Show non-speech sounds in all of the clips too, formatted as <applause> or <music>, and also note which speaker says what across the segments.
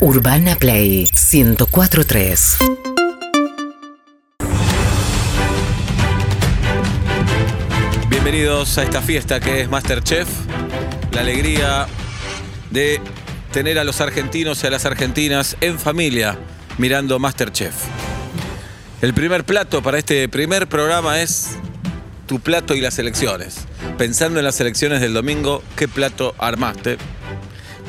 Speaker 1: Urbana Play 1043.
Speaker 2: Bienvenidos a esta fiesta que es Masterchef. La alegría de tener a los argentinos y a las argentinas en familia mirando Masterchef. El primer plato para este primer programa es tu plato y las elecciones. Pensando en las elecciones del domingo, ¿qué plato armaste?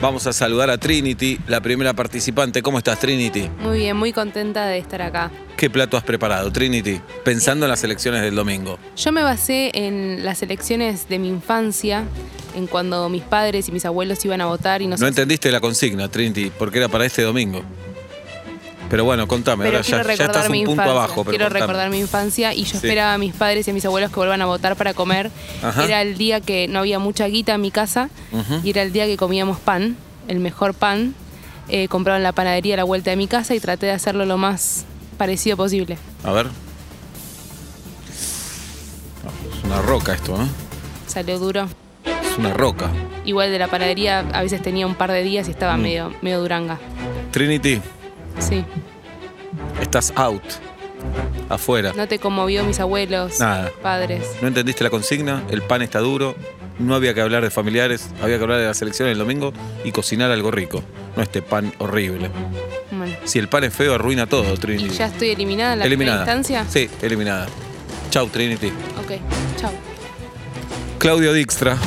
Speaker 2: Vamos a saludar a Trinity, la primera participante. ¿Cómo estás, Trinity?
Speaker 3: Muy bien, muy contenta de estar acá.
Speaker 2: ¿Qué plato has preparado, Trinity? Pensando en las elecciones del domingo.
Speaker 3: Yo me basé en las elecciones de mi infancia, en cuando mis padres y mis abuelos iban a votar y no,
Speaker 2: No
Speaker 3: sé.
Speaker 2: entendiste la consigna, Trinity, porque era para este domingo. Pero bueno, contame,
Speaker 3: Pero
Speaker 2: ahora ya,
Speaker 3: quiero
Speaker 2: ya
Speaker 3: recordar
Speaker 2: estás
Speaker 3: mi
Speaker 2: un punto
Speaker 3: infancia.
Speaker 2: abajo. Pero
Speaker 3: quiero
Speaker 2: contame.
Speaker 3: recordar mi infancia y yo
Speaker 2: Sí.
Speaker 3: esperaba a mis padres y a mis abuelos que vuelvan a votar para comer.
Speaker 2: Ajá.
Speaker 3: Era el día que no había mucha guita en mi casa
Speaker 2: Ujú.
Speaker 3: y era el día que comíamos pan, el mejor pan. Eh, compraba en la panadería a la vuelta de mi casa y traté de hacerlo lo más parecido posible.
Speaker 2: A ver. Ah, Es una roca esto, ¿no?
Speaker 3: Salió duro.
Speaker 2: Es una roca.
Speaker 3: Igual de la panadería a veces tenía un par de días y estaba
Speaker 2: Mm.
Speaker 3: medio, medio duranga.
Speaker 2: Trinity,
Speaker 3: Sí.
Speaker 2: estás out. Afuera.
Speaker 3: No te conmovió mis abuelos,
Speaker 2: Nada.
Speaker 3: mis padres.
Speaker 2: No entendiste la consigna, el pan está duro, no había que hablar de familiares, había que hablar de las elecciones el domingo y cocinar algo rico. No este pan horrible.
Speaker 3: Bueno.
Speaker 2: Si el pan es feo, arruina todo,
Speaker 3: Y
Speaker 2: Trinity.
Speaker 3: ya estoy eliminada en la primera
Speaker 2: eliminada.
Speaker 3: instancia.
Speaker 2: Sí, eliminada. Chau, Trinity.
Speaker 3: Ok, chao.
Speaker 2: Claudio Dijkstra.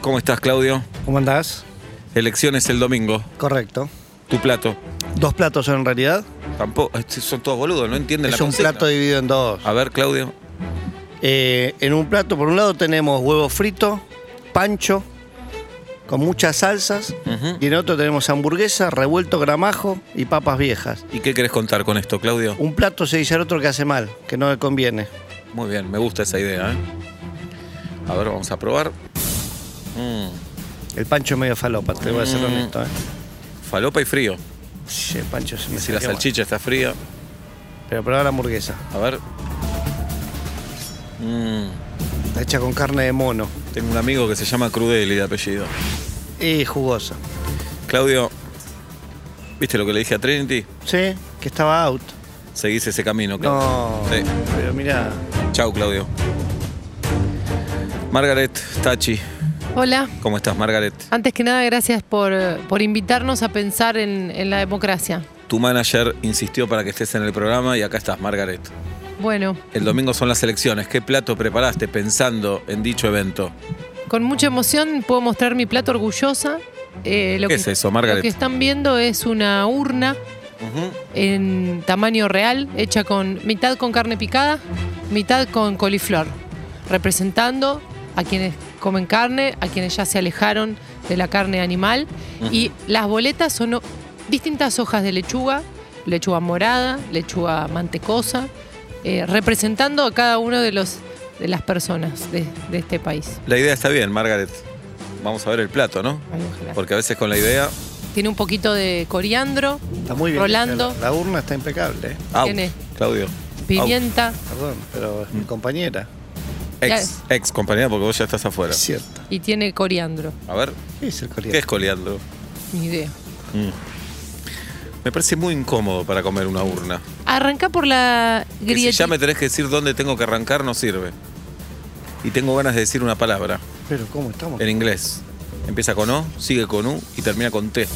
Speaker 2: ¿Cómo estás, Claudio?
Speaker 4: ¿Cómo andás?
Speaker 2: Elecciones el domingo.
Speaker 4: Correcto.
Speaker 2: Tu plato.
Speaker 4: Dos platos en realidad.
Speaker 2: Tampoco. estos Son todos boludos, no entienden
Speaker 4: es
Speaker 2: la Ah.
Speaker 4: un
Speaker 2: consigna.
Speaker 4: plato dividido en dos.
Speaker 2: A ver, Claudio.
Speaker 4: Eh, en un plato, por un lado, tenemos huevo frito, pancho, con muchas salsas.
Speaker 2: Ujú.
Speaker 4: Y en otro tenemos hamburguesa, revuelto gramajo y papas viejas.
Speaker 2: ¿Y qué querés contar con esto, Claudio?
Speaker 4: Un plato se dice al otro que hace mal, que no le conviene.
Speaker 2: Muy bien, me gusta esa idea, ¿eh? A ver, vamos a probar. Mm,
Speaker 4: El pancho es medio falopa, te voy a ser
Speaker 2: Mm.
Speaker 4: honesto. ¿eh?
Speaker 2: Falopa y frío.
Speaker 4: Sí, el pancho se me
Speaker 2: Si la
Speaker 4: salió mal.
Speaker 2: salchicha está fría.
Speaker 4: Pero prueba la hamburguesa.
Speaker 2: A ver. Mm,
Speaker 4: Está hecha con carne de mono.
Speaker 2: Tengo un amigo que se llama Crudeli de apellido.
Speaker 4: Y jugosa.
Speaker 2: Claudio, ¿viste lo que le dije a Trinity?
Speaker 4: ¿Sí? Que estaba out.
Speaker 2: Seguís ese camino, Claudio.
Speaker 4: No.
Speaker 2: Sí.
Speaker 4: Pero mira.
Speaker 2: Chau, Claudio. Margaret Tachi.
Speaker 5: Hola.
Speaker 2: ¿Cómo estás, Margaret?
Speaker 5: Antes que nada, gracias por, por invitarnos a pensar en, en la democracia.
Speaker 2: Tu manager insistió para que estés en el programa y acá estás, Margaret.
Speaker 5: Bueno,
Speaker 2: El domingo son las elecciones. ¿Qué plato preparaste pensando en dicho evento?
Speaker 5: con mucha emoción puedo mostrar mi plato orgullosa. Eh, lo
Speaker 2: ¿Qué
Speaker 5: que-
Speaker 2: es eso,
Speaker 5: Lo
Speaker 2: Margaret?
Speaker 5: que están viendo es una urna
Speaker 2: Ujú.
Speaker 5: en tamaño real, hecha con mitad con carne picada, mitad con coliflor, representando a quienes comen carne, a quienes ya se alejaron de la carne animal. Y las boletas son o- distintas hojas de lechuga, lechuga morada, lechuga mantecosa, eh, representando a cada uno de los de las personas de, de este país.
Speaker 2: La idea está bien, Margaret. Vamos a ver el plato, ¿no?
Speaker 5: Ay, ojalá.
Speaker 2: Porque a veces con la idea.
Speaker 5: Tiene un poquito de coriandro,
Speaker 4: Está muy bien.
Speaker 5: Rolando.
Speaker 4: La, la urna está impecable, ¿eh?
Speaker 2: Au,
Speaker 5: Tiene.
Speaker 2: Claudio.
Speaker 5: pimienta.
Speaker 4: perdón, pero es mi compañera.
Speaker 2: Ex, ex compañera, porque vos ya estás afuera.
Speaker 4: Es cierto.
Speaker 5: Y tiene coriandro.
Speaker 2: A ver,
Speaker 4: ¿Qué es el
Speaker 2: ¿qué es
Speaker 4: coreano?
Speaker 2: coleandro?
Speaker 5: Ni idea.
Speaker 2: Mm. Me parece muy incómodo para comer una urna.
Speaker 5: Arranca por la
Speaker 2: Que si ya
Speaker 5: grieta.
Speaker 2: me tenés que decir dónde tengo que arrancar, no sirve. Y tengo ganas de decir una palabra
Speaker 4: Pero ¿cómo estamos?
Speaker 2: en inglés. Empieza con O, sigue con U y termina con T.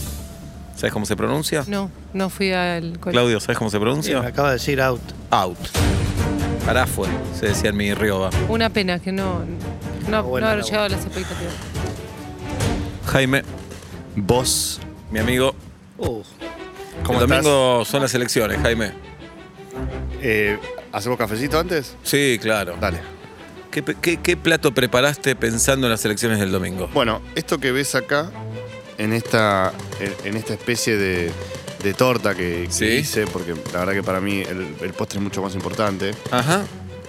Speaker 2: ¿Sabes cómo se pronuncia?
Speaker 5: No, no fui al colegio.
Speaker 2: Claudio, ¿sabes cómo se
Speaker 4: Sí, me
Speaker 2: pronuncia?
Speaker 4: acaba de decir out.
Speaker 2: Out. Arafue, se decía en mi rioba.
Speaker 5: Una pena que no, no,
Speaker 4: bueno,
Speaker 5: no
Speaker 4: no,
Speaker 5: haber llegado a las expectativas.
Speaker 2: Jaime, vos, mi amigo.
Speaker 4: Uh,
Speaker 2: El domingo son las elecciones, Jaime.
Speaker 6: Eh, ¿Hacemos cafecito antes?
Speaker 2: Sí, claro.
Speaker 6: Dale.
Speaker 2: ¿Qué, pe- qué- qué plato preparaste pensando en las elecciones del domingo?
Speaker 6: Bueno, esto que ves acá, en esta, en, en esta especie de, de torta que, que
Speaker 2: Sí.
Speaker 6: hice, porque la verdad que para mí el, el postre es mucho más importante,
Speaker 2: Ajá.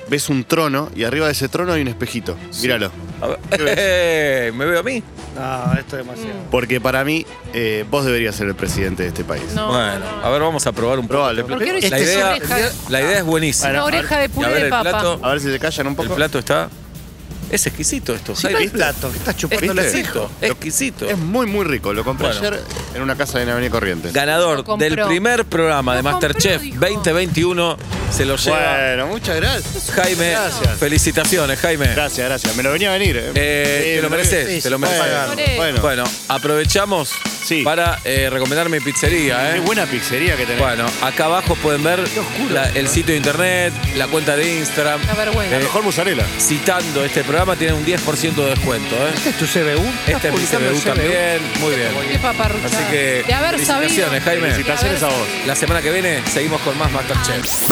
Speaker 6: ves un trono y arriba de ese trono hay un espejito. Míralo.
Speaker 2: A ver.
Speaker 6: ¿Qué ves?
Speaker 2: ¡Eh! <laughs> ¿Me veo a mí?
Speaker 4: no, esto es demasiado.
Speaker 6: Porque para mí, eh, vos deberías ser el presidente de este país.
Speaker 5: No,
Speaker 2: bueno,
Speaker 5: no,
Speaker 2: a ver, vamos a probar un poco.
Speaker 6: Probalo.
Speaker 5: ¿Por qué no
Speaker 2: La
Speaker 5: hiciste
Speaker 2: idea,
Speaker 5: una oreja,
Speaker 2: la idea es buenísima.
Speaker 5: una oreja de
Speaker 2: a
Speaker 5: puré
Speaker 2: ver,
Speaker 5: de
Speaker 2: el
Speaker 5: papa?
Speaker 2: plato,
Speaker 6: A ver si se callan un
Speaker 2: el
Speaker 6: poco.
Speaker 2: plato está Es exquisito esto,
Speaker 4: Si no
Speaker 2: Jaime.
Speaker 4: hay plato, que estás chupando la
Speaker 6: ¿Viste?
Speaker 2: Exquisito,
Speaker 6: Lo-
Speaker 2: exquisito.
Speaker 6: Es muy, muy rico. Lo compré
Speaker 2: Bueno.
Speaker 6: ayer en una casa de Navidad Corrientes.
Speaker 2: Ganador
Speaker 5: Lo
Speaker 2: del
Speaker 5: compró.
Speaker 2: primer programa de
Speaker 5: Lo compró,
Speaker 2: Masterchef
Speaker 5: dijo.
Speaker 2: 2021 se lo lleva
Speaker 6: Bueno, muchas gracias.
Speaker 2: Jaime.
Speaker 6: Gracias.
Speaker 2: Felicitaciones, Jaime.
Speaker 6: Gracias, gracias. Me lo venía a venir. ¿eh?
Speaker 2: Eh,
Speaker 6: Sí,
Speaker 2: te lo
Speaker 6: me
Speaker 2: mereces,
Speaker 6: venía-
Speaker 2: te lo mereces.
Speaker 6: Bueno, bueno.
Speaker 2: Bueno, aprovechamos
Speaker 6: Sí.
Speaker 2: para eh, recomendar mi pizzería.
Speaker 6: Qué
Speaker 2: ¿eh?
Speaker 6: buena pizzería que tenés.
Speaker 2: Bueno, acá abajo pueden ver
Speaker 6: oscuro,
Speaker 2: la- el sitio de internet, la cuenta de Instagram.
Speaker 5: Una vergüenza.
Speaker 6: la mejor mozzarella.
Speaker 2: Citando este programa, tienen un 10% de descuento. ¿eh?
Speaker 4: ¿Este es tu CBU? ¿Estás
Speaker 2: Este es mi
Speaker 4: publicando el
Speaker 2: CBU también. Muy bien.
Speaker 5: Qué paparruchada.
Speaker 2: Así que,
Speaker 5: De haber sabido.
Speaker 2: felicitaciones, Jaime.
Speaker 6: Felicitaciones a vos.
Speaker 2: La semana que viene seguimos con más Masterchef.